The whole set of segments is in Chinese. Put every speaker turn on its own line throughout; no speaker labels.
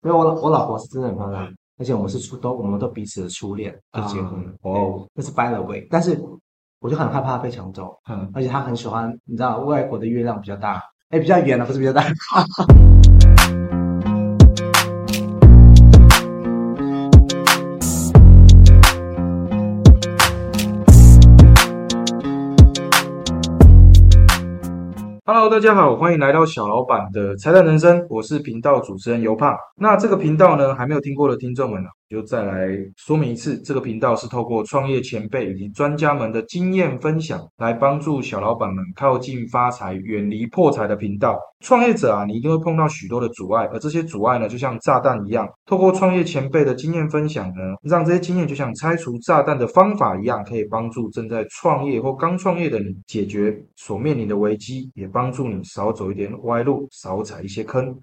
没有，我老我老婆是真的很漂亮，而且我们是初都我们都彼此的初恋就结婚了
啊，哦
对那是 by the way，但是我就很害怕被抢走，
嗯，
而且她很喜欢，你知道外国的月亮比较大，哎，比较圆了，不是比较大。
Hello，大家好，欢迎来到小老板的彩蛋人生，我是频道主持人尤胖。那这个频道呢，还没有听过的听众们啊，就再来说明一次，这个频道是透过创业前辈以及专家们的经验分享，来帮助小老板们靠近发财、远离破财的频道。创业者啊，你一定会碰到许多的阻碍，而这些阻碍呢，就像炸弹一样，透过创业前辈的经验分享呢，让这些经验就像拆除炸弹的方法一样，可以帮助正在创业或刚创业的你解决所面临的危机，也帮助你少走一点歪路，少踩一些坑。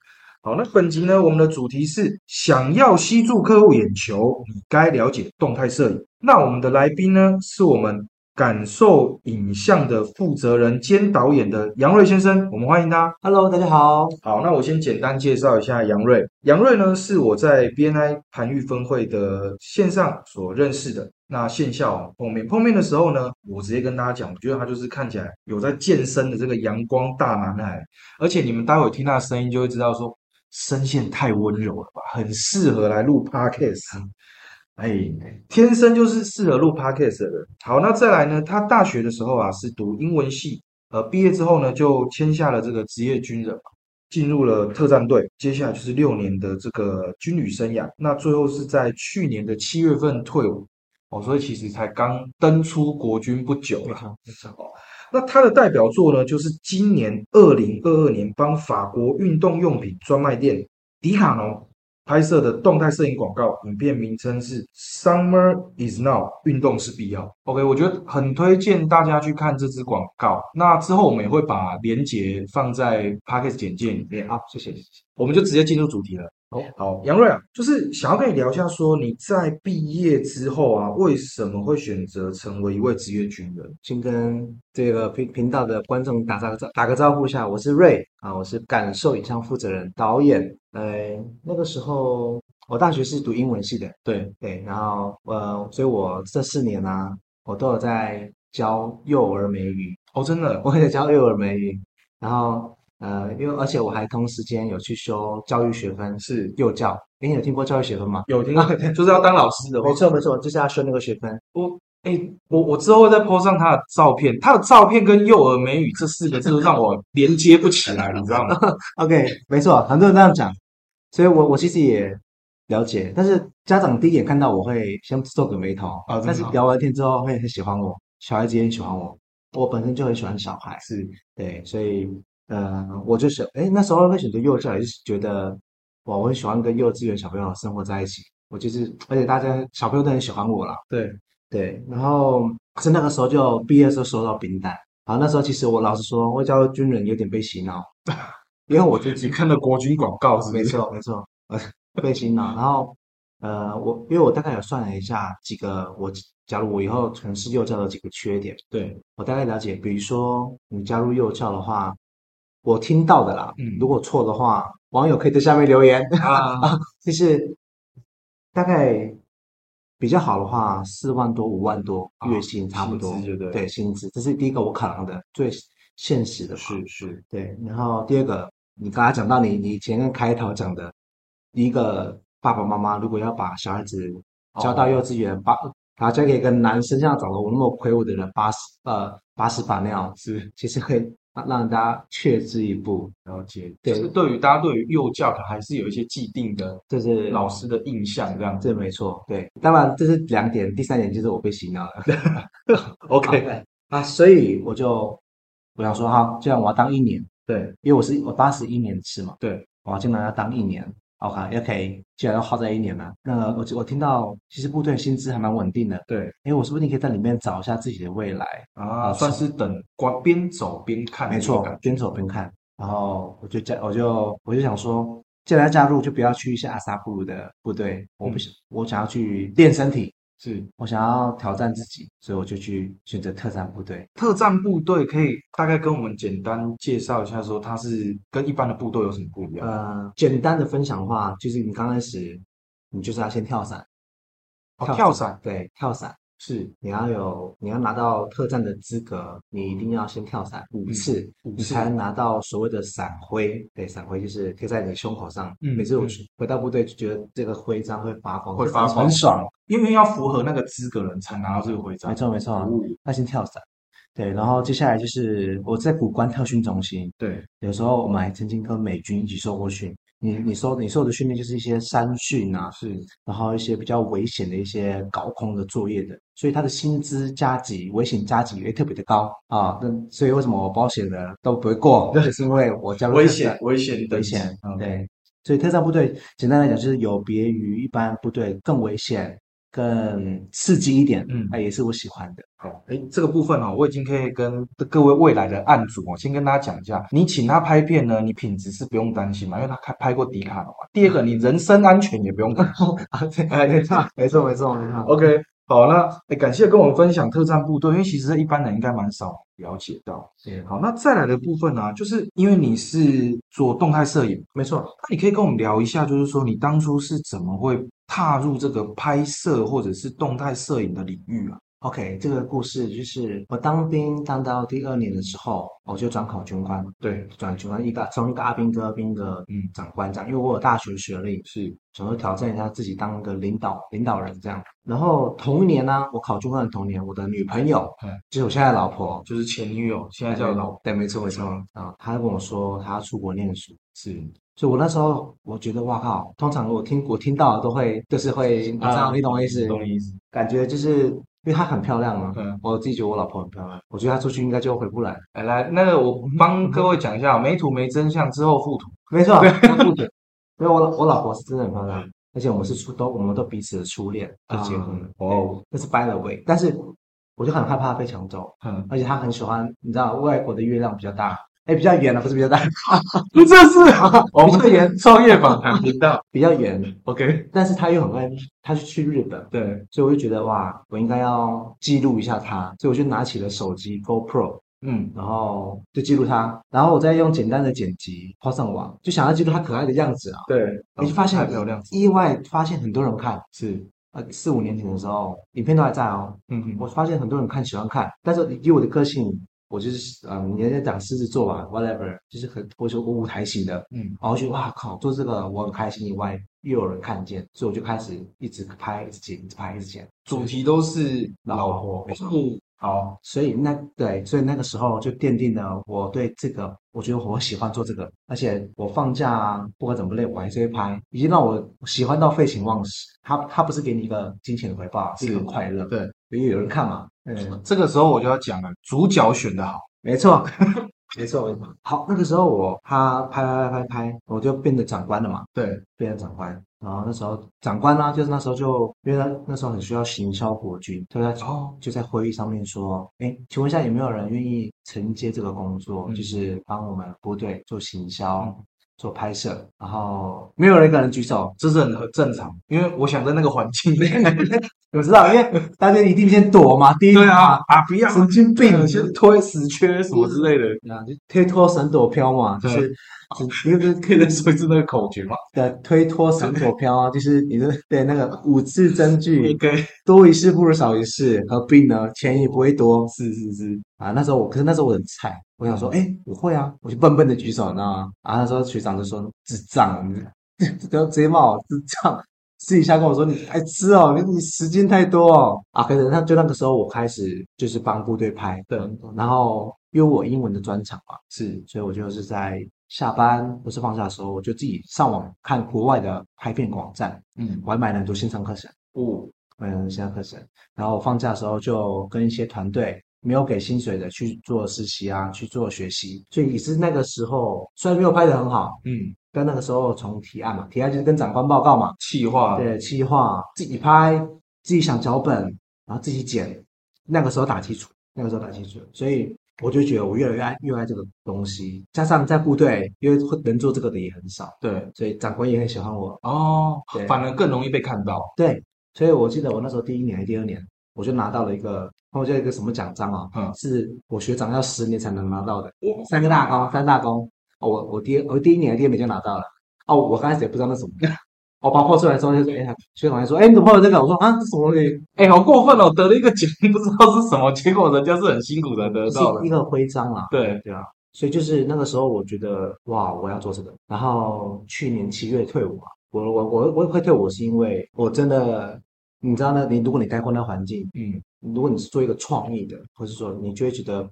好，那本集呢，我们的主题是想要吸住客户眼球，你该了解动态摄影。那我们的来宾呢，是我们感受影像的负责人兼导演的杨瑞先生，我们欢迎他。
Hello，大家好，
好，那我先简单介绍一下杨瑞。杨瑞呢，是我在 BNI 盘玉分会的线上所认识的。那线下哦碰面，碰面的时候呢，我直接跟大家讲，我觉得他就是看起来有在健身的这个阳光大男孩，而且你们待会听他的声音就会知道说，声线太温柔了吧，很适合来录 podcast。哎，天生就是适合录 podcast 的人。好，那再来呢，他大学的时候啊是读英文系，呃，毕业之后呢就签下了这个职业军人。进入了特战队，接下来就是六年的这个军旅生涯。那最后是在去年的七月份退伍哦，所以其实才刚登出国军不久
非
了。
常非常好。
那他的代表作呢，就是今年二零二二年帮法国运动用品专卖店迪卡侬拍摄的动态摄影广告，影片名称是 “Summer is now”，运动是必要。OK，我觉得很推荐大家去看这支广告。那之后我们也会把链接放在 p a c k e t 简介里面啊，
好，谢谢，谢谢。
我们就直接进入主题了。
好
好，杨瑞啊，就是想要跟你聊一下，说你在毕业之后啊，为什么会选择成为一位职业军人？
先跟这个频频道的观众打个招打个招呼一下，我是瑞啊，我是感受影像负责人、导演。呃，那个时候我大学是读英文系的，
对，
对，然后呃，所以我这四年呢、我都有在教幼儿美语，
哦，真的，
我也教幼儿美语，然后呃，因为而且我还同时间有去修教育学分，
是
幼教。诶你有听过教育学分吗？
有听到， 就是要当老师的话
没，错没错，就是要修那个学分。
哎、我我之后会再 po 上他的照片，他的照片跟幼儿美语这四个字都让我连接不起来，你知道吗？
OK，没错，很多人这样讲，所以我我其实也了解，但是家长第一眼看到我会先皱个眉头，
啊真的
但是
哦
聊完天之后会很喜欢我，小孩子也很喜欢我，我本身就很喜欢小孩，
是，
对，所以呃，我就选，哎，那时候会选择幼教，也是觉得哇，我很喜欢跟幼稚园小朋友生活在一起，我就是，而且大家小朋友都很喜欢我啦，
对，
对，然后可是那个时候就毕业的时候收到饼单，然后那时候其实我老实说，我教军人有点被洗脑，因为我自己
你看了国军广告是不
没
是？
错，没错，呃被洗脑。啊然后，呃，我因为我大概有算了一下几个，我假如我以后从事幼教的几个缺点，
对，
我大概了解。比如说，你加入幼教的话，我听到的啦，
嗯
如果错的话，网友可以在下面留言。
啊，
就是大概比较好的话，四万多、五万多
啊
月薪差不多，
薪资就对
对薪资，这是第一个我考量的最现实的嘛。
是是，
对，然后第二个，你刚才讲到你你前面开头讲的，一个爸爸妈妈如果要把小孩子交到幼稚园，把把交给一个男生，像找了我那么魁梧的人，把屎呃把屎把尿，
是
其实会让让大家却之一步。
了解。
对
就是对于大家对于幼教可能还是有一些既定的
这是
老师的印象这样子。
这没错，对，当然这是两点，第三点就是我被洗脑了。
OK，
啊，所以我就我想说哈，既然我要当一年，
对
因为我是我八十一年次嘛，
对，
我进来要当一年，OK，OK，既然要耗在一年了，那我我听到其实部队薪资还蛮稳定的，
对
诶，我说不定可以在里面找一下自己的未来。
啊，
啊
算是等观边走边看，
没错，边走边看。然后我就加，我就我就想说，
嗯
既然要加入，就不要去一些阿萨布鲁的部队，我不想，我想要去练身体，
是
我想要挑战自己，所以我就去选择特战部队。
特战部队可以大概跟我们简单介绍一下，说它是跟一般的部队有什么不一样？
呃，简单的分享的话，就是你刚开始，你就是要先跳伞，
哦
跳
跳伞
对，跳伞。
是
你要有，你要拿到特战的资格，你一定要先跳伞五次，
嗯五
你
次
才能拿到所谓的伞徽。对，伞徽就是贴在你胸口上。
嗯
每次我
嗯
去回到部队就觉得这个徽章会发光，
会发
很
光
很爽。
因为要符合那个资格的人才拿到这个徽章。
没错没错，
哦，
那先跳伞。对，然后接下来就是我在古关特训中心，
对，
有时候我们还曾经跟美军一起受过训。你你受你受的训练就是一些山训啊，
是
然后一些比较危险的一些高空的作业的，所以他的薪资加级、危险加级也特别的高啊。那所以为什么我保险的都不会过， 就是因为我加入
危
特
险
战
危险等
危
级
险，
嗯
对。所以特战部队简单来讲就是有别于一般部队更危险、更刺激一点，
嗯
那也是我喜欢的。
好，哎，这个部分哦，我已经可以跟各位未来的案主哦，先跟大家讲一下，你请他拍片呢，你品质是不用担心嘛，因为他拍拍过迪卡侬嘛。第二个，你人身安全也不用担心。
啊，对，
哎
没错，没错，没错，没错。
OK，好，那哎，感谢跟我们分享特战部队，因为其实一般人应该蛮少了解到。
对
好，那再来的部分呢、就是因为你是做动态摄影，
没错。
那你可以跟我们聊一下，就是说你当初是怎么会踏入这个拍摄或者是动态摄影的领域啊？
OK，这个故事就是我当兵当到第二年的时候，我就转考军官。
对，
转军官一个从一个阿兵哥兵的
嗯
长官这样，因为我有大学学历，
是
想说挑战一下自己当个领导领导人这样。然后同一年呢、我考军官的同年，我的女朋友
嗯，
就是我现在的老婆，
就是前女友，现在叫老婆
对，没错没错啊，她跟我说她要出国念书，
是。
所以我那时候我觉得哇靠，通常我听我听到的都会就是会，你知道你懂我意思，
啊懂你意思。
感觉就是因为她很漂亮嘛
嗯，
我自己觉得我老婆很漂亮，我觉得她出去应该就回不来了。
哎，来，那个我帮各位讲一下，没图没真相之后附图。
没错，他住的。因为我老我老婆是真的很漂亮，而且我们是初都，我们都彼此的初恋就结婚了。
啊哦
对，那是 by the way，但是我就很害怕被抢走，
嗯，
而且他很喜欢，你知道外国的月亮比较大，哎，比较圆了，不是比较大，
这是 我们的原创业 访谈频道。
比较圆。
OK，
但是他又很爱，他是去日本，
对，
所以我就觉得哇，我应该要记录一下他，所以我就拿起了手机 GoPro，
嗯，
然后就记录他，然后我再用简单的剪辑抛上网，就想要记录他可爱的样子啊。
对，
你就发现
太漂亮
意外发现很多人看，
是，
呃，四五年前的时候，影片都还在哦。
嗯
我发现很多人看喜欢看，但是以我的个性，我就是呃，人家讲狮子座吧，whatever，就是很我是我舞台型的，
嗯，
然后就哇靠，做这个我很开心以外，又有人看见，所以我就开始一直拍，一直剪，一直拍，一直剪。
主题都是老婆，
没错
嗯，好，
所以那对，所以那个时候就奠定了我对这个，我觉得我喜欢做这个，而且我放假啊，不管怎么累，我还是会拍，已经让我喜欢到废寝忘食。它它不是给你一个金钱的回报，是一个
是
快乐。
对，
因为有人看嘛。嗯，
这个时候我就要讲了，主角选的好，
没错， 没错，没错。好，那个时候我他拍拍拍拍拍，我就变得长官了嘛，
对，
变成长官。然后那时候长官呢、啊就是那时候就因为他那时候很需要行销国军，所以他
哦，
就在会议上面说：“哎，请问一下，有没有人愿意承接这个工作，
嗯
就是帮我们部队做行销、
嗯
做拍摄？”然后没有人敢人举手，
这是很正常，因为我想在那个环 境里，
我知道，因为大家一定先躲嘛，第一
对
嘛
啊，， 啊，不要
神经病，
先推死缺什么之类的，
啊，就推脱神躲飘嘛，就
对哦
是只就是
可以再说一次那个口诀吗
的推脱神躲飘啊，就是你的对那个五字真句，
？OK，
多一事不如少一事，何必呢？钱也不会多
是是是，
啊。那时候我，可是那时候我很菜，我想说，哎、我会啊，我就笨笨的举手，你知道吗？啊，那时候学长就说智障，你 就直接骂我智障。私底下跟我说：“你爱吃哦，你你时间太多哦。”啊，可能那就那个时候我开始就是帮部队拍，
对，
然后因为我英文的专长嘛，
是
所以我就是在下班不是放假的时候，我就自己上网看国外的拍片网站，
嗯，
我还买了很多线上课程，
五
嗯，线上课程。然后我放假的时候就跟一些团队没有给薪水的去做实习啊，去做学习。所以也是那个时候，虽然没有拍得很好，
嗯，
但那个时候从提案嘛，提案就是跟长官报告嘛，
气化，
对，企划自己拍，自己想脚本，然后自己剪。那个时候打基础，那个时候打基础，所以我就觉得我越来越爱越爱这个东西。加上在部队，因为会能做这个的也很少，
对，
所以长官也很喜欢我。
哦
对，
反而更容易被看到，
对，所以我记得我那时候第一年、第二年，我就拿到了一个，那我叫一个什么奖章啊？
嗯
是我学长要十年才能拿到的，
我
三个大纲，三大纲。哦，我我第我第一年、第二年就拿到了。哦，我刚开始也不知道那 什么。我把破出来之后就说：“哎、学长还说，哎、你怎么破了这个？”我说：“啊，这什么东西？
哎、好过分哦！得了一个奖，不知道是什么，结果人家是很辛苦才得
是
到的。
一个徽章啦。”
对，
对啊，所以就是那个时候，我觉得哇，我要做这个。然后去年七月退伍啊，我我我我会退伍是因为我真的，你知道呢，你如果你待过那环境，
嗯，
如果你是做一个创意的，或者说你就会觉得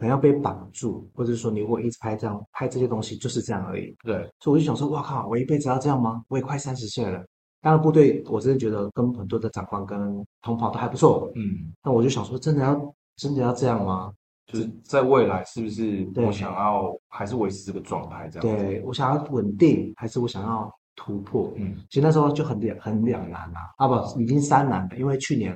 好像被绑住，或者说你如果一直拍这样拍这些东西就是这样而已。
对，
所以我就想说，哇靠，我一辈子要这样吗？我也快三十岁了。当然，部队我真的觉得跟很多的长官跟同袍都还不错。
嗯，
那我就想说，真的要真的要这样吗？
就是在未来是不是
对
我想要还是维持这个状态这样？，
对我想要稳定，还是我想要突破？
嗯，
其实那时候就很两很两难啦、啊，不，已经三难了，因为去年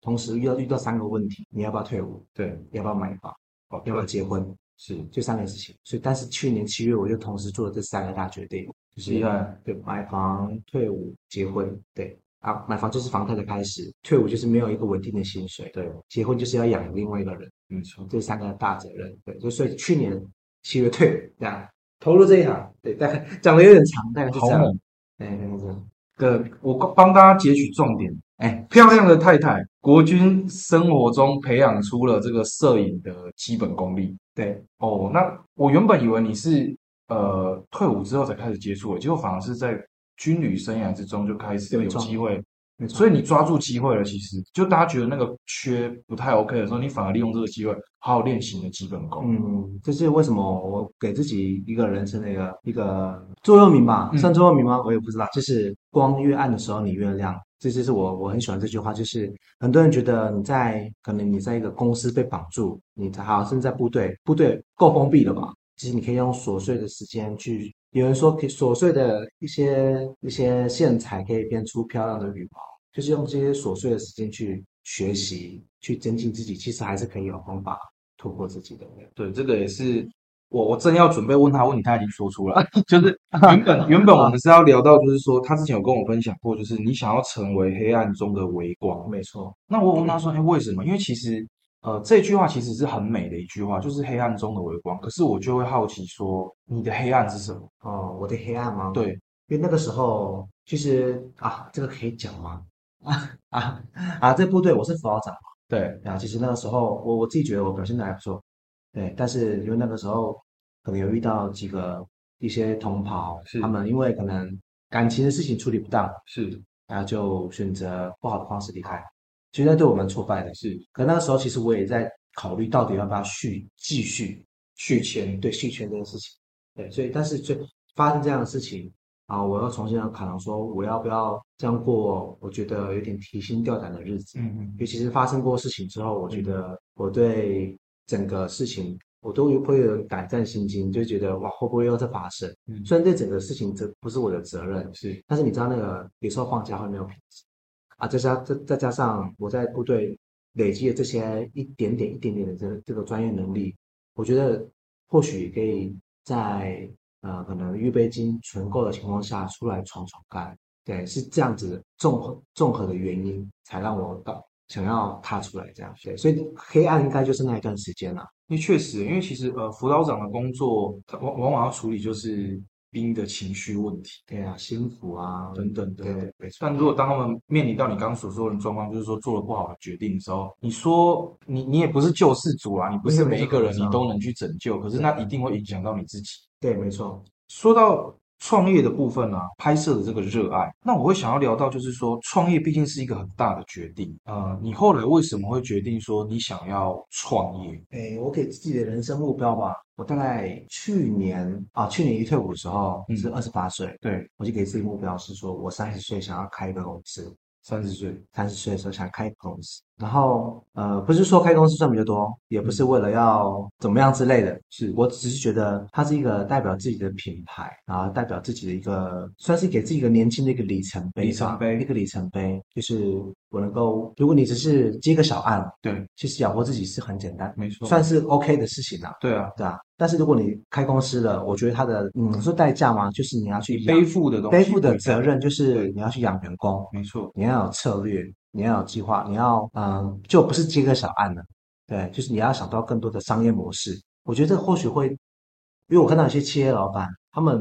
同时遇到遇到三个问题：你要不要退伍？
对，
要不要买房？
哦，
要不要结婚？
是
就三个事情。所以，但是去年七月我就同时做了这三个大决定，就是
厉害，
对，买房、退伍、结婚，对。啊，买房就是房贷的开始，退伍就是没有一个稳定的薪水，
对，
结婚就是要养另外一个人，
没错，
这三个大责任。对，就所以去年七月退伍这样投入这一行，对，大概讲的有点长，大概是
好
这样。
猛。
对对对，
的，我帮大家截取重点。哎，漂亮的太太，国军生活中培养出了这个摄影的基本功力。
对，
哦，那我原本以为你是呃退伍之后才开始接触的，结果反而是在军旅生涯之中就开始
对
有
没错
机会，
没错。
所以你抓住机会了。其实就大家觉得那个缺不太 OK 的时候，你反而利用这个机会好好练习你的基本功。
嗯，这是为什么我给自己一个人生的一个一个座右铭吧，
嗯
算座右铭吗？我也不知道。就是光越暗的时候你越亮，这就是我我很喜欢这句话。就是很多人觉得你在可能你在一个公司被绑住，你在好甚至在部队，部队够封闭了吧？其实你可以用琐碎的时间去，有人说可以琐碎的一些一些线材可以编出漂亮的羽毛，就是用这些琐碎的时间去学习，去增进自己，其实还是可以有方法突破自己的。
对，这个也是我我正要准备问他问题，他已经说出来， 就是原本啊原本我们是要聊到，就是说他之前有跟我分享过，就是你想要成为黑暗中的微光。
没错，
那我有问他说，哎，为什么？因为其实呃这句话其实是很美的一句话，就是黑暗中的微光。可是我就会好奇说，你的黑暗是什么？
哦，我的黑暗吗？，
对，
因为那个时候其实啊，这个可以讲吗？ 啊啊啊！这部队我是副团长
对，
啊，其实那个时候我我自己觉得我表现的还不错，对，但是因为那个时候可能有遇到几个一些同袍
是，
他们因为可能感情的事情处理不当，
是
然后就选择不好的方式离开，其实那对我们挫败的。
是
可那个时候其实我也在考虑到底要不要续继续
续签，
对续权这件事情。对，所以但是最发生这样的事情啊，我又重新要考量说，我要不要这样过？我觉得有点提心吊胆的日子。
嗯嗯
尤其是发生过事情之后，我觉得我对整个事情我都会有胆战心惊，就觉得哇，会不会又再发生？
嗯
虽然这整个事情这不是我的责任，
是
但是你知道那个有时候放假会没有品质啊，再加再再加上我在部队累积的这些一点点一点点的这这个专业能力，我觉得或许可以在呃可能预备金存够的情况下出来闯闯看，对，是这样子综合综合的原因才让我到想要踏出来这样，对，所以黑暗应该就是那一段时间了，
因为确实，因为其实呃辅导长的工作，他往往往要处理就是兵的情绪问题。
对啊，幸福啊，
等等等
对
等。
没错，
但如果当他们面临到你刚刚所说的状况，就是说做了不好的决定的时候，你说你你也不是救世主啊，你不是每一个人你都能去拯救，可是那一定会影响到你自己。
对，没错，
说到创业的部分啊，拍摄的这个热爱，那我会想要聊到，就是说创业毕竟是一个很大的决定。呃，你后来为什么会决定说你想要创业？
诶，我给自己的人生目标吧，我大概去年啊，去年一退伍的时候
嗯
是二十八岁，
对，
我就给自己目标是说，我三十岁想要开一个公司，
三十岁，
三十岁的时候想开一个公司。然后呃，不是说开公司赚比较多，也
嗯
不是为了要怎么样之类的，
是
我只是觉得它是一个代表自己的品牌，然后代表自己的一个，算是给自己一个年轻的一个里程碑吧，
里程碑
一个里程碑，就是我能够，如果你只是接个小案，
对，
其实养活自己是很简单，
没错，
算是 OK 的事情啦、
对啊，
对啊。但是如果你开公司了，我觉得它的，嗯，说代价嘛，就是你要去养
背负的东西，
背负的责任，就是
对
你要去养员工，
没错，
你要有策略，你要有计划，你要嗯，就不是接个小案了，对，就是你要想到更多的商业模式。我觉得这或许会，因为我看到有些企业老板，他们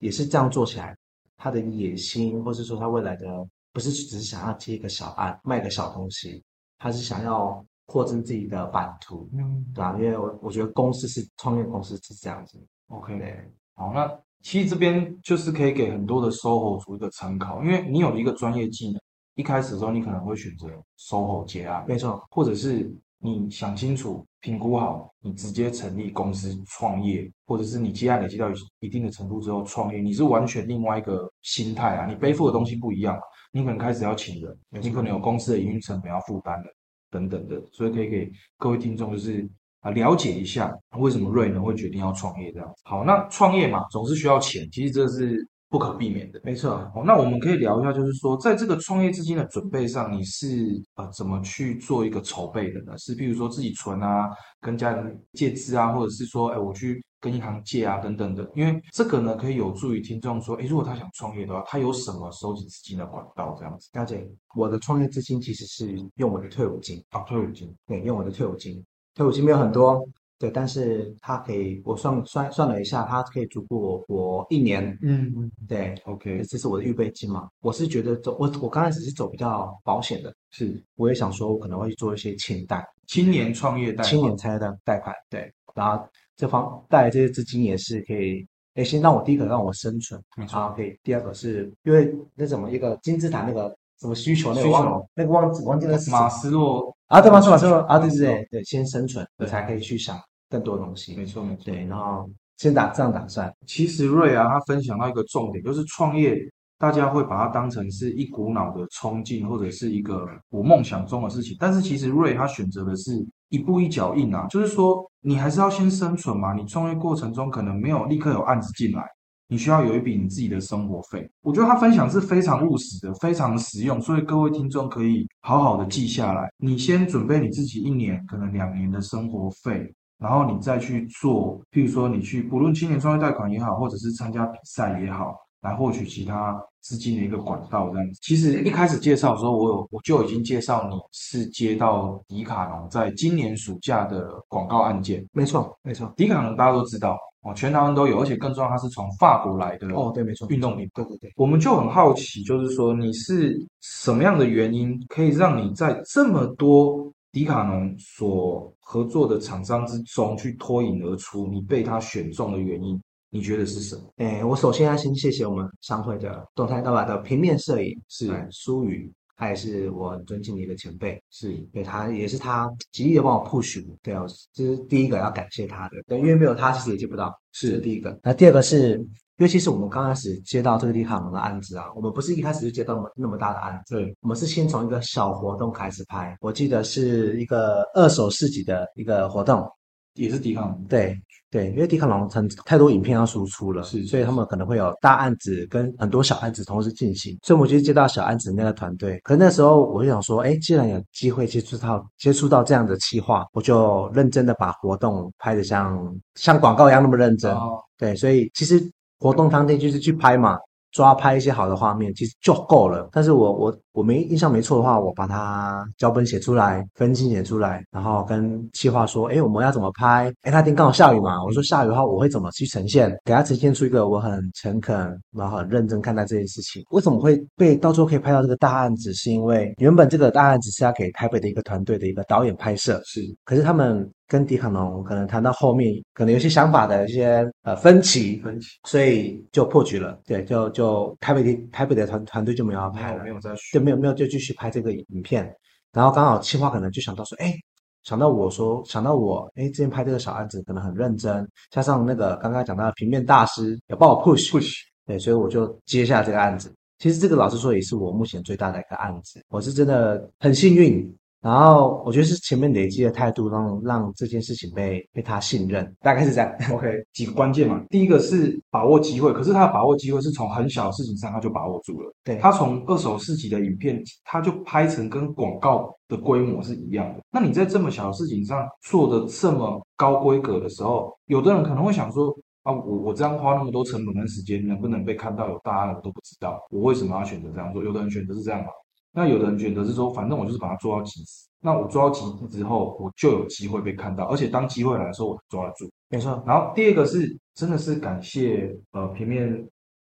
也是这样做起来，他的野心，或是说他未来的，不是只是想要接一个小案，卖个小东西，他是想要扩增自己的版图，
嗯
对吧、啊因为我我觉得公司是创业公司是这样子，
，OK，
对，
好，那其实这边就是可以给很多的 SOHO 族一个参考，因为你有了一个专业技能，一开始的时候你可能会选择 SOHO 接案，
没错，
或者是你想清楚、评估好，你直接成立公司创业，或者是你接案累积到一定的程度之后创业，你是完全另外一个心态啊，你背负的东西不一样啊，你可能开始要请人，
没
你
错
可能有公司的营运成本要负担的，等等的，所以可以给各位听众就是。啊，了解一下为什么瑞呢会决定要创业这样子。好，那创业嘛，总是需要钱，其实这是不可避免的。
没错。
哦，那我们可以聊一下，就是说，在这个创业资金的准备上，你是呃怎么去做一个筹备的呢？是譬如说自己存啊，跟家人借资啊，或者是说，哎，我去跟银行借啊，等等的。因为这个呢，可以有助于听众说，哎，如果他想创业的话，他有什么收集资金的管道这样子？
了解，我的创业资金其实是用我的退伍金，
啊，退伍金，
对，用我的退伍金，退伍金没有很多，对，但是它可以，我算算算了一下，它可以足够我我一年，
嗯嗯
对，
，OK，
这是我的预备金嘛。我是觉得走，我我刚开始是走比较保险的，
是
我也想说，我可能会去做一些清贷，
青年创业贷，
青年参贷贷款，对，然后这方带来这些资金也是可以，哎，先让我第一个让我生存，
没
啊，
错，
可以。第二个是因为那什么一个金字塔那个什么需求那个忘
需
了
求
那个忘记忘记了是什么
马斯洛，
啊，对吗？是马斯洛
需求
啊，对对对对，先生存，你
对
才可以去想更多的东西
没。错没错，
对，然后先打这样打算，
其实瑞啊，他分享到一个重点，就是创业，大家会把它当成是一股脑的冲劲，或者是一个我梦想中的事情。但是其实瑞他选择的是一步一脚印啊，就是说你还是要先生存嘛。你创业过程中可能没有立刻有案子进来，你需要有一笔你自己的生活费。我觉得他分享是非常务实的，非常实用，所以各位听众可以好好的记下来。你先准备你自己一年，可能两年的生活费，然后你再去做，譬如说你去不论青年创业贷款也好，或者是参加比赛也好，来获取其他资金的一个管道这样子。其实一开始介绍的时候，我有我就已经介绍你是接到迪卡侬在今年暑假的广告案件。
没错没错。
迪卡侬大家都知道哦，全台湾都有，而且更重要，它是从法国来的
哦，对，没错，
运动品牌。
对对对。
我们就很好奇，就是说你是什么样的原因可以让你在这么多迪卡侬所合作的厂商之中去脱颖而出？你被他选中的原因，你觉得是什么？
哎，我首先要先谢谢我们商会的动态干嘛的平面摄影
是
对苏宇，他也是我很尊敬的一个前辈。
是
对他也是他极力的帮我 push，我对啊，这是第一个要感谢他的，对，因为没有他其实也接不到，这
是
第一个。那第二个是，因为其实我们刚开始接到这个迪卡侬的案子啊，我们不是一开始就接到那么那么大的案子，
对
我们是先从一个小活动开始拍，我记得是一个二手市集的一个活动，
也是迪卡侬
对对，因为迪卡侬很太多影片要输出了，
是
所以他们可能会有大案子跟很多小案子同时进行。所以我们就接到小案子那个团队，可那时候我就想说，哎，既然有机会接触到接触到这样的企划，我就认真的把活动拍得像像广告一样那么认真。
哦，
对，所以其实活动当天就是去拍嘛，抓拍一些好的画面，其实就够了。但是我我我没印象没错的话，我把它脚本写出来，分镜写出来，然后跟企划说，哎，我们要怎么拍？哎，那天刚好下雨嘛，我说下雨的话，我会怎么去呈现？给他呈现出一个我很诚恳，然后很认真看待这件事情。为什么会被到最后可以拍到这个大案子？是因为原本这个大案子是要给台北的一个团队的一个导演拍摄，
是
可是他们跟迪卡侬可能谈到后面，可能有些想法的一些呃分歧，
分歧，
所以就破局了。对，就就台北的台北的团团队就没有要
没
拍
有
了
没，有再
就
选，
没有没有就继续拍这个影片。然后刚好企划可能就想到说，哎，想到我说想到我，哎，之前拍这个小案子可能很认真，加上那个刚刚讲到的平面大师也帮我 push，
push
对，所以我就接下这个案子。其实这个老实说也是我目前最大的一个案子，我是真的很幸运，然后我觉得是前面累积的态度让，让这件事情被被他信任，大概是这样。
OK，几个关键嘛，第一个是把握机会，可是他的把握机会是从很小的事情上他就把握住了。
对，
他从二手市集的影片，他就拍成跟广告的规模是一样的。那你在这么小的事情上做的这么高规格的时候，有的人可能会想说。啊，我我这样花那么多成本跟时间，能不能被看到有大家我都不知道，我为什么要选择这样做？有的人选择是这样嘛，那有的人选择是说，反正我就是把它做到极致，那我做到极致之后，我就有机会被看到，而且当机会来的时候，我就抓得住。
没错，
然后第二个是，真的是感谢呃平面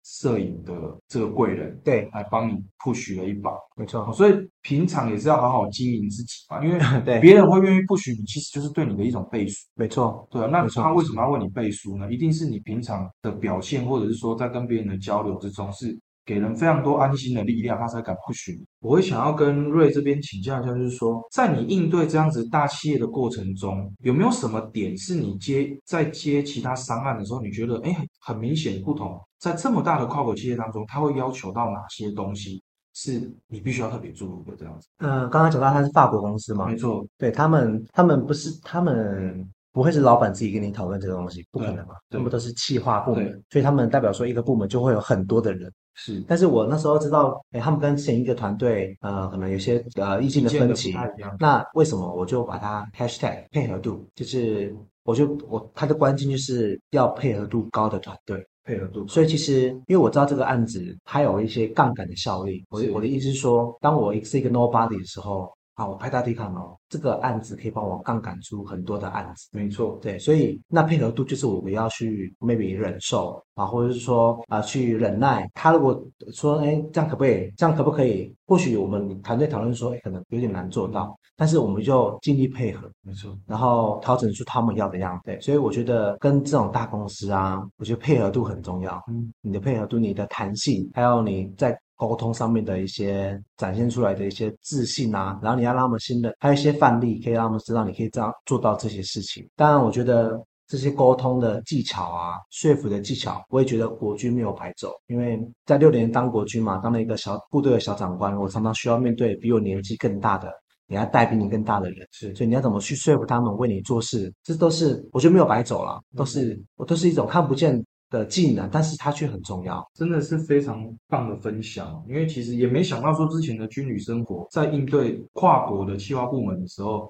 摄影的这个贵人
对，
来帮你 push 了一把，
没
哦
错，
所以平常也是要好好经营自己嘛，因为
对，
别人会愿意 push 你，其实就是对你的一种背书。
没错，
对啊，那
嗯没错
他
没
为
错
什么要为你背书呢？一定是你平常的表现，或者是说在跟别人的交流之中，是给人非常多安心的力量，他才敢 push 你。我会想要跟瑞这边请教一下，就是说，在你应对这样子大企业的过程中，有没有什么点是你接在接其他商案的时候，你觉得哎很明显不同？在这么大的跨国企业当中，他会要求到哪些东西是你必须要特别注意的？这样子，
呃，刚刚讲到他是法国公司嘛
没，错，
对他们，他们不是他们不会是老板自己跟你讨论这个东西，不可
嗯对
能嘛，
对
他们都是企划部门
对，
所以他们代表说一个部门就会有很多的人。
是
但是我那时候知道，哎，他们跟前一个团队，呃，可能有些呃意见
意
的
见
分
的不
歧，
太一样，
那为什么我就把它 hashtag 配合度，就是我就我它的关键就是要配合度高的团队。
配合度
所以其实，因为我知道这个案子它有一些杠杆的效力，我的
是
我的意思是说，当我是一个 nobody 的时候，啊，我拍大地看哦，这个案子可以帮我杠杆出很多的案子。
没错，
对，所以那配合度就是我们要去 maybe 忍受啊，或者是说啊、去忍耐。他如果说哎这样可不可以，这样可不可以？或许我们团队讨论说哎可能有点难做到，但是我们就尽力配合，
没错。
然后调整出他们要的样子。对，所以我觉得跟这种大公司啊，我觉得配合度很重要。
嗯，
你的配合度、你的弹性，还有你在沟通上面的一些展现出来的一些自信啊，然后你要让他们信任，还有一些范例可以让他们知道你可以这样做到这些事情。当然，我觉得。这些沟通的技巧啊，说服的技巧，我也觉得国军没有白走，因为在六年当国军嘛，当了一个小部队的小长官，我常常需要面对比我年纪更大的，你要带比你更大的人。
是
所以你要怎么去说服他们为你做事，这都是我觉得没有白走了，都是我都是一种看不见的技能，但是它却很重要。
真的是非常棒的分享哦，因为其实也没想到说之前的军旅生活在应对跨国的企划部门的时候，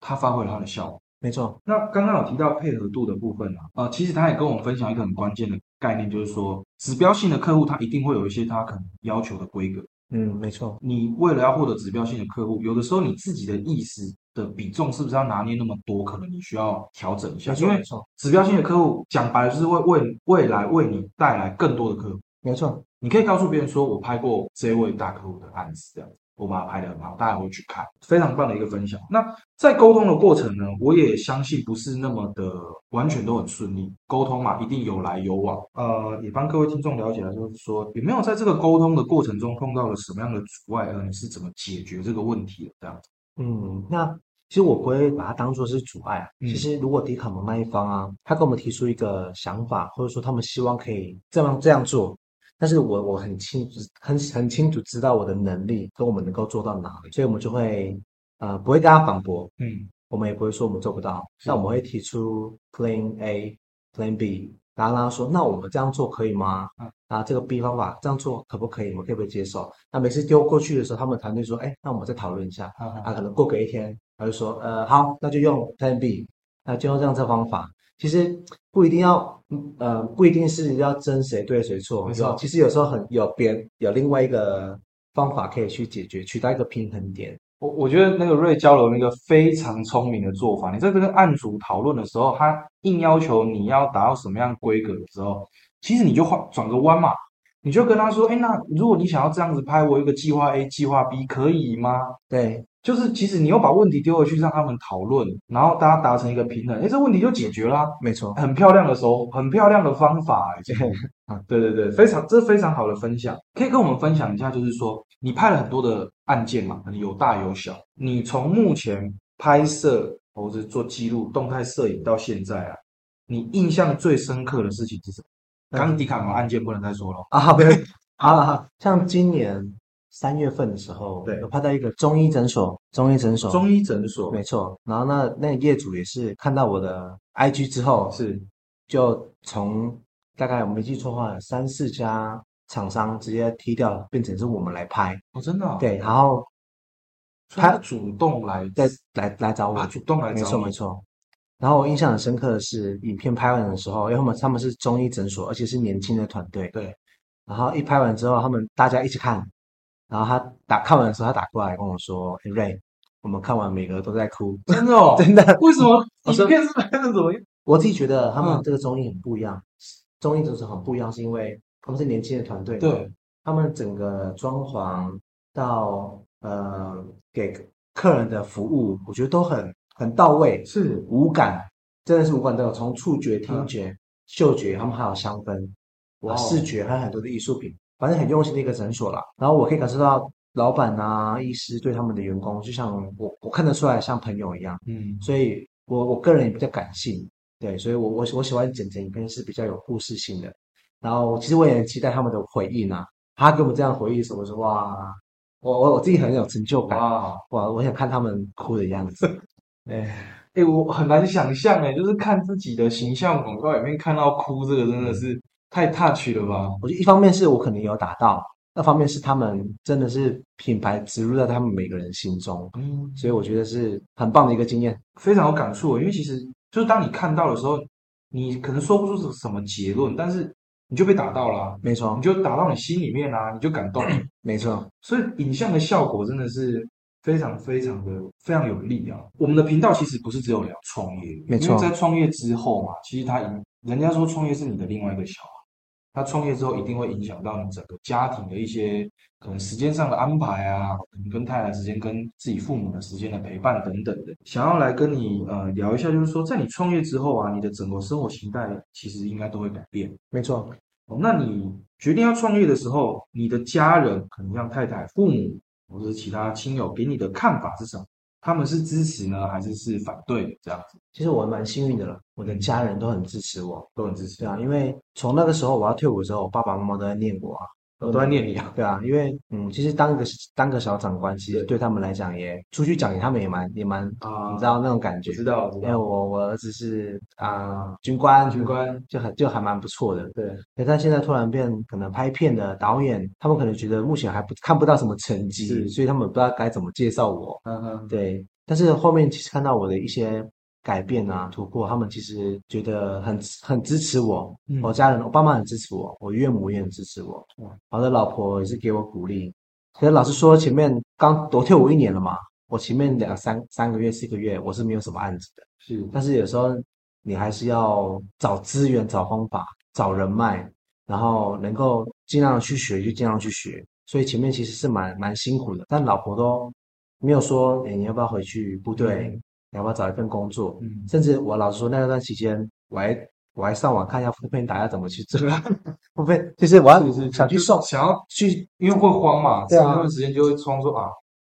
它发挥了它的效果。
没错，
那刚刚有提到配合度的部分啊，呃，其实他也跟我们分享一个很关键的概念，就是说指标性的客户他一定会有一些他可能要求的规格。
嗯，没错，
你为了要获得指标性的客户，有的时候你自己的意识的比重是不是要拿捏那么多？可能你需要调整一下，
没
因
错，
为
没错，
指标性的客户讲白了就是为为未来为你带来更多的客户。
没错，
你可以告诉别人说，我拍过这位大客户的案子，这样子，我把它拍得很好，大家会去看，非常棒的一个分享。那在沟通的过程呢，我也相信不是那么的完全都很顺利，沟通嘛，一定有来有往。呃，也帮各位听众了解了，就是说有没有在这个沟通的过程中碰到了什么样的阻碍，而你是怎么解决这个问题的？这样子，
嗯，那其实我不会把它当做是阻碍啊。
嗯
其实如果迪卡侬那一方啊，他跟我们提出一个想法，或者说他们希望可以这样这样做。但是我我很清楚很很清楚知道我的能力跟我们能够做到哪里，所以我们就会呃不会跟他反驳，
嗯，
我们也不会说我们做不到，
是
那我们会提出 Plan A、Plan B，然后让他说，那我们这样做可以吗
嗯？
啊，这个 B 方法这样做可不可以？我们可不可以接受？那每次丢过去的时候，他们团队说，哎，那我们再讨论一下。
好好
啊，可能过个一天，他就说，呃，好，那就用 Plan B，那就用这样这方法。其实不一定要，嗯呃，不一定是要争谁对谁错，
没错
有其实有时候很有别有另外一个方法可以去解决，取到一个平衡点。
我我觉得那个瑞交流那个非常聪明的做法，你在这个案组讨论的时候，他硬要求你要达到什么样规格的时候，其实你就换转个弯嘛，你就跟他说，哎，那如果你想要这样子拍，我有一个计划 A、计划 B 可以吗？
对，
就是其实你又把问题丢回去让他们讨论，然后大家达成一个平衡，哎，这问题就解决啦、
没错，
很漂亮的手，很漂亮的方法、欸，啊，
嗯
对对对，非常，这是非常好的分享，可以跟我们分享一下，就是说你拍了很多的案件嘛，可能有大有小，你从目前拍摄或者是做记录、动态摄影到现在啊，你印象最深刻的事
嗯
情是什么？刚刚迪卡侬案件不能再说了，
啊，不对，好了好，像今年三月份的时候，
对
有拍到一个中医诊所，中医诊所，
中医诊所
没错。然后那那个业主也是看到我的 IG 之后，
是
就从大概我没记错的话，三四家厂商直接踢掉，变成是我们来拍，
哦，真的、哦，
对，然后
所以他主动来
再来来找我，
啊，主动来
没
找
错
你
没错。然后我印象很深刻的是，影片拍完的时候，因为他们他们是中医诊所，而且是年轻的团队。
对。
然后一拍完之后，他们大家一起看，然后他打看完的时候，他打过来跟我说：“哎、瑞，我们看完每个都在哭。，
真的哦
真的，
为什么
我
影
说
片是拍的怎么样？
我自己觉得他们
嗯
这个中医很不一样，中医诊所很不一样，是因为他们是年轻的团队，
对，
他们整个装潢到呃给客人的服务，我觉得都很很到位，
是
五感，真的是五感都有，从触觉、听觉、嗅觉，他们还有香氛，
嗯哇
哇，
哦
视觉还有很多的艺术品，反正很用心的一个诊所啦。然后我可以感受到老板啊、医师对他们的员工，就像我我看得出来像朋友一样，
嗯，
所以我我个人也比较感性，对，所以我我我喜欢剪剪影片是比较有故事性的。然后其实我也很期待他们的回应啊，他给我们这样回应的时候，我说哇，我我我自己很有成就感，
哇，
哇，我想看他们哭的样子，哎。
哎、我很难想象哎、就是看自己的形象广告里面看到哭，这个真的是太 touch 了吧？
我觉得一方面是我可能有打到，那方面是他们真的是品牌植入在他们每个人心中，
嗯，
所以我觉得是很棒的一个经验。
非常有感触，欸因为其实就是当你看到的时候，你可能说不出什么结论，但是你就被打到了啊、
没错
你，就打到你心里面啊啦、你就感动了。
没错，
所以影像的效果真的是非常非常的非常有力啊！我们的频道其实不是只有聊创业，
没错
因为在创业之后嘛，啊其实它影人家说创业是你的另外一个小孩，他创业之后一定会影响到你整个家庭的一些可能时间上的安排啊，可能跟太太的时间、跟自己父母的时间的陪伴等等的。想要来跟你呃聊一下，就是说在你创业之后啊，你的整个生活形态其实应该都会改变。
没错，
哦，那你决定要创业的时候，你的家人，可能像太太、父母或者是其他亲友，给你的看法是什么？他们是支持呢，还是是反对的？这样子
其实我还蛮幸运的了，我的家人都很支持我。
都很支持
对，啊，因为从那个时候我要退伍之后，我爸爸妈妈都在念我啊。
我 都在念你啊。
对啊，因为嗯，其实当个当个小长官，其实对
对
他们来讲也出去讲给他们也蛮也蛮，
啊
你知道那种感觉
我。知道，我知
因为
道，
我我儿子是啊、军官，
军官
就很就还蛮不错的。
对，
对，但现在突然变可能拍片的导演，他们可能觉得目前还不看不到什么成绩，
是
所以他们不知道该怎么介绍我。
嗯哼，
对，但是后面其实看到我的一些改变啊、突破，他们其实觉得很很支持我，
嗯啊
我家人、我爸妈很支持我，我岳母也很支持我
哇，
我的老婆也是给我鼓励。可是老实说，前面刚我退伍一年了嘛，我前面两三三个月、四个月我是没有什么案子的。
是，
但是有时候你还是要找资源、找方法、找人脉，然后能够尽量地去学就尽量去学。所以前面其实是蛮蛮辛苦的，但老婆都没有说，哎、你要不要回去部队？
嗯
你要不要找一份工作？
嗯，
甚至我老实说，那段期间我还我还上网看一下副片打要怎么去做， 副片就是我
是是
要想
是
去
就是
送
想要，
去，
因为会慌嘛，
对啊
这段时间就会冲说啊，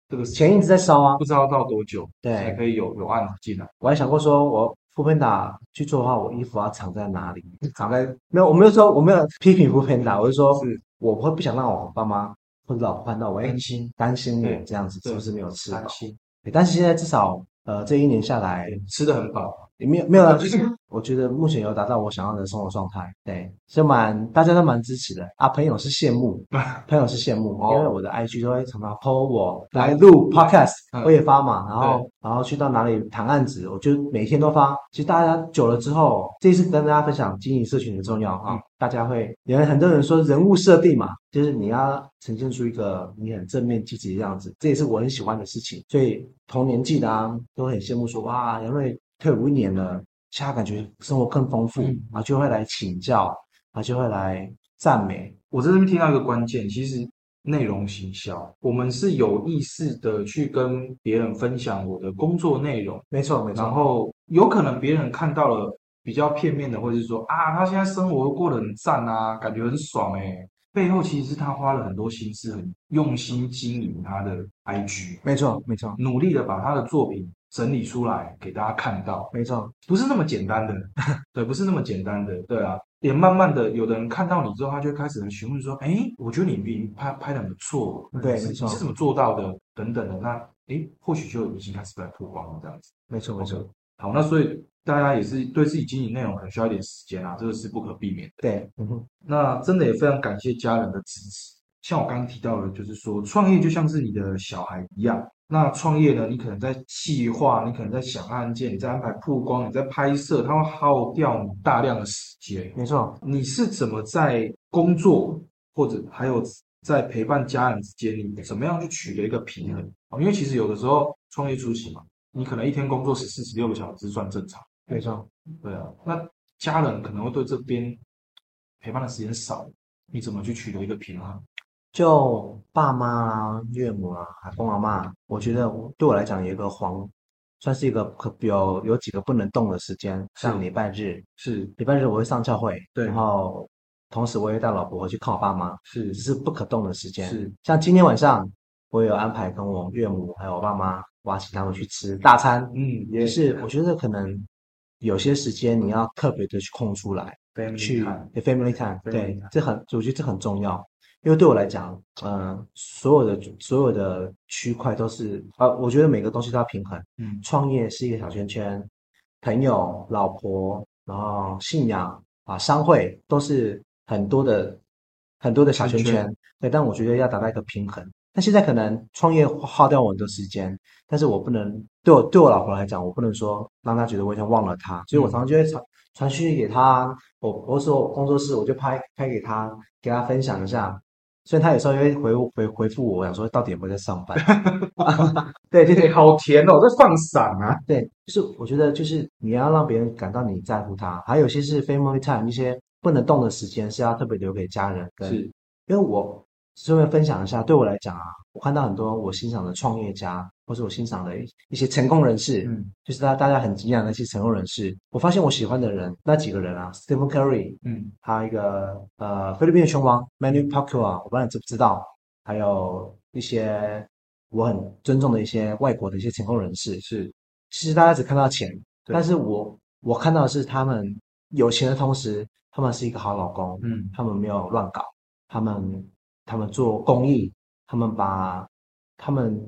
这个
钱一直在烧啊
不，知道到多久
对
才可以有有案子进来，
我还想过说，我富平达去做的话，我衣服要藏在哪里？藏在没有，我没有说我没有批评富平达，我是说
是
我会不想让我爸妈或者老婆看到我，哎、
担心
担心我
对
这样子
对
是不是没有吃饱
担？心，
对但是现在至少呃这一年下来，
吃的很饱，
也没有没有了，就是 我觉得目前有达到我想要的生活状态，对，是蛮大家都蛮支持的啊，朋友是羡慕，朋友是羡慕，
哦
因为我的 IG 都会常常 po 我来录 podcast，
嗯
我也发嘛，然后然后去到哪里谈案子，我就每天都发。其实大家久了之后，这一次跟大家分享经营社群很重要啊，
嗯
大家会有人很多人说人物设定嘛，就是你要呈现出一个你很正面积极的样子，这也是我很喜欢的事情。所以同年纪的啊，都很羡慕说哇，杨瑞退伍一年了，现在感觉生活更丰富，
嗯
然后就会来请教，然后就会来赞美，
我在这边听到一个关键，其实内容行销，我们是有意识的去跟别人分享我的工作内容，
没错没
然
错，
后有可能别人看到了比较片面的，或者是说啊，他现在生活过得很赞啊，感觉很爽哎、背后其实是他花了很多心思，很用心经营他的 IG，
没错，没错，
努力的把他的作品整理出来给大家看到，
没错，
不是那么简单的， 对，不是那么简单的，对啊。也慢慢的，有的人看到你之后，他就开始来询问说：“哎、我觉得你你拍拍的很不错，哦
对
你是
没错
你是怎么做到的？等等的。那”哎、或许就已经开始在曝光了这样子。
没错，没错。
好，那所以大家也是对自己经营内容可能需要一点时间啊，这个是不可避免的。
对，嗯哼，
那真的也非常感谢家人的支持。像我刚刚提到的，就是说创业就像是你的小孩一样。那创业呢，你可能在计划，你可能在想案件，你在安排曝光，你在拍摄，它会耗掉你大量的时间。
没错。
你是怎么在工作或者还有在陪伴家人之间，你怎么样去取得一个平衡啊？因为其实有的时候创业初期嘛，你可能一天工作十四、十六个小时算正常，
没错，
对啊。那家人可能会对这边陪伴的时间少，你怎么去取得一个平衡？
就爸妈啊、岳母啊、阿公阿妈，我觉得我对我来讲有一个黄，算是一个可有有几个不能动的时间，像
是
礼拜日，
是
礼拜日我会上教会，
对
然后同时我也带老婆回去看我爸妈，
是
只是不可动的时间。
是
像今天晚上，我有安排跟我岳母还有我爸妈，我要请他们去吃大餐。
嗯，
也
也
是我觉得可能有些时间你要特别的去空出来，去 family time，对
family time，
这很我觉得这很重要，因为对我来讲，嗯，所有的所有的区块都是啊，我觉得每个东西都要平衡。
嗯
创业是一个小圈圈，朋友、老婆，然后信仰啊、商会都是很多的很多的小圈
圈
圈。对，但我觉得要达到一个平衡。那现在可能创业耗掉我很多时间，但是我不能对我对我老婆来讲，我不能说让她觉得我已经忘了她，所以我
嗯
常常就会传传讯息给她，我我说我工作室我就拍拍给她，给她分享一下。虽然她有时候也会回我回回复我，想说到底有没有在上 班？ 对，就是
对，好甜哦，在放闪啊，
对，就是我觉得就是你要让别人感到你在乎他，还有一些是 family time，一些不能动的时间是要特别留给家人跟。
是
因为我顺便分享一下，对我来讲啊，我看到很多我欣赏的创业家，或是我欣赏的一一些成功人士，
嗯
就是大大家很敬仰的那些成功人士。我发现我喜欢的人那几个人啊，Stephen Curry，
嗯
还有一个呃菲律宾的拳王 Manny Pacquiao，我不知道啊你知不知道，还有一些我很尊重的一些外国的一些成功人士。
是
其实大家只看到钱，
对
但是我我看到的是他们有钱的同时，他们是一个好老公，
嗯
他们没有乱搞，他们他们做公益，他们把他们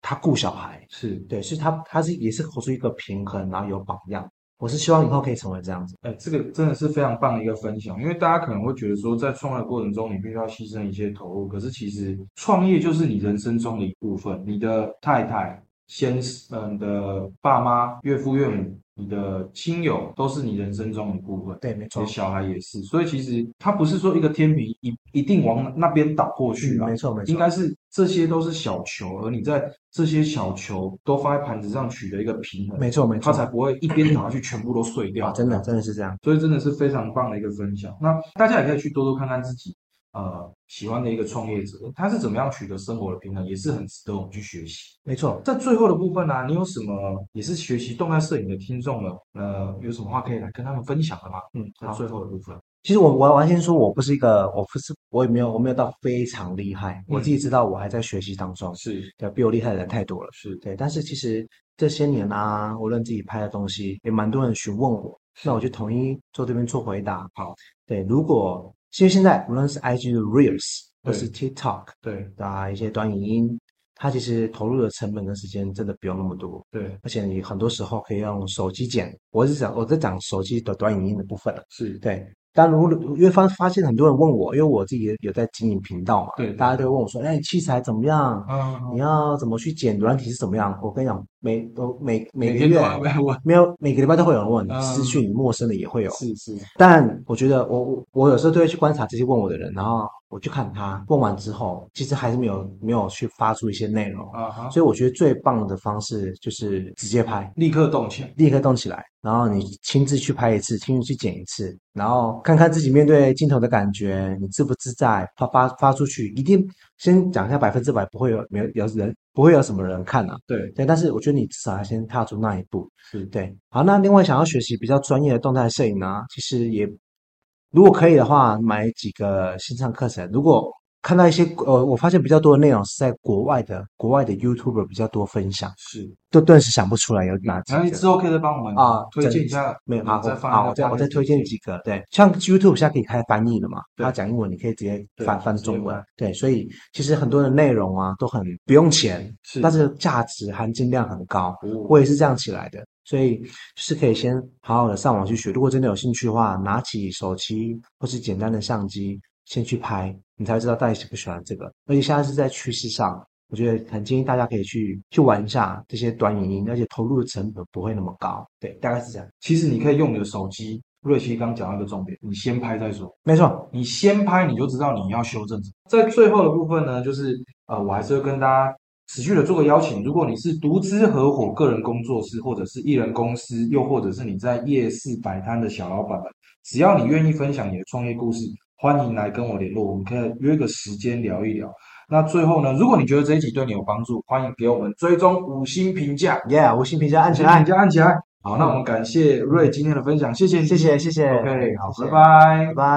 他顾小孩，
是
对，所以他他是也是活出一个平衡，然后有榜样。我是希望以后可以成为这样子，
哎，这个真的是非常棒的一个分享，因为大家可能会觉得说，在创业过程中你必须要牺牲一些投入，可是其实创业就是你人生中的一部分，你的太太、先生、呃、你的爸妈、岳父岳母、你的亲友都是你人生中的一部分，
对，没
你
错
的，小孩也是，所以其实它不是说一个天平一一定往那边倒过去
嗯
啊
没，错没
应
错，
该是这些都是小球，而你在这些小球都放在盘子上取得一个平衡，
没错没
它
错，
才不会一边倒下去全部都碎掉
哇，，真的真的是这样，
所以真的是非常棒的一个分享。那大家也可以去多多看看自己呃喜欢的一个创业者，他是怎么样取得生活的平衡，也是很值得我们去学习。
没错。
在最后的部分呢、你有什么也是学习动态摄影的听众们，呃，有什么话可以来跟他们分享的吗？
嗯，
在
好。
最后的部分，
其实我我我要先说，我不是一个，我不是，我也没有，我没有到非常厉害，我自己知道我还在学习当中，
是
对，比我厉害的人太多了，
是
对。但是其实这些年啊，无论自己拍的东西，也蛮多人询问我，那我就统一做这边做回答。
好，
对，如果其实现在无论是 IG 的 Reels 或
对
是 TikTok
对
啊一些短影音，它其实投入的成本跟时间真的不用那么多，
对
而且你很多时候可以用手机剪。我是讲我在讲手机的短影音的部分了。
是
对，但如果因为发发现很多人问我，因为我自己也有在经营频道嘛，
对
大家都会问我说，哎，器材怎么样？
啊，
你要怎么去剪软体是怎么样？我跟你讲，每都每每个
天
月
都还没问，
没有每个礼拜都会有人问，
嗯
私讯陌生的也 会有。
是是
但我觉得我我我有时候都会去观察这些问我的人，然后我去看他问完之后，其实还是没有没有去发出一些内容。
啊哈，
所以我觉得最棒的方式就是直接拍，
立刻动起来，
立刻动起来，然后你亲自去拍一次，亲自去剪一次，然后看看自己面对镜头的感觉，你自不自在，发发发出去，一定先讲一下百分之百不会有没有有人不会有什么人看啊，
对
对，但是我觉得你至少要先踏出那一步，
是
啊对，好，那另外想要学习比较专业的动态摄影呢、其实也如果可以的话，买几个线上课程。如果看到一些呃，我发现比较多的内容是在国外的，国外的 YouTuber 比较多分享，
是，
就顿时想不出来有哪几
然
个。
后你之后可以再帮我们
啊
嗯推荐一下，
没有，好，
再
我
放
好，我再
在那个
我再推荐几
个，
个，对，像 YouTube 现在可以开翻译了嘛，
对
它讲英文你可以直接
对
翻翻
直接
中文
翻，
对，所以其实很多的内容啊都很不用钱，
是
但是价值含金量很高，
我
我也是这样起来的，所以就是可以先好好的上网去学，如果真的有兴趣的话，拿起手机或是简单的相机先去拍，你才会知道到底喜不喜欢这个，而且现在是在趋势上。我觉得很建议大家可以去去玩一下这些短影音，而且投入的成本不会那么高。对，大概是这样。
其实你可以用你的手机。瑞奇刚讲到一个重点，你先拍再说。
没错，
你先拍，你就知道你要修正什么。在最后的部分呢，就是呃，我还是会跟大家持续的做个邀请。如果你是独资合伙、个人工作室，或者是艺人公司，又或者是你在夜市摆摊的小老板们，只要你愿意分享你的创业故事，欢迎来跟我联络，我们可以约个时间聊一聊。那最后呢，如果你觉得这一集对你有帮助，欢迎给我们追踪五星评价，
Yeah，五星评价按
五
起
星
来
评，价按起来。好，那我们感谢瑞今天的分享，谢谢你，
谢谢谢谢
OK，好，
谢谢
拜拜
拜。拜。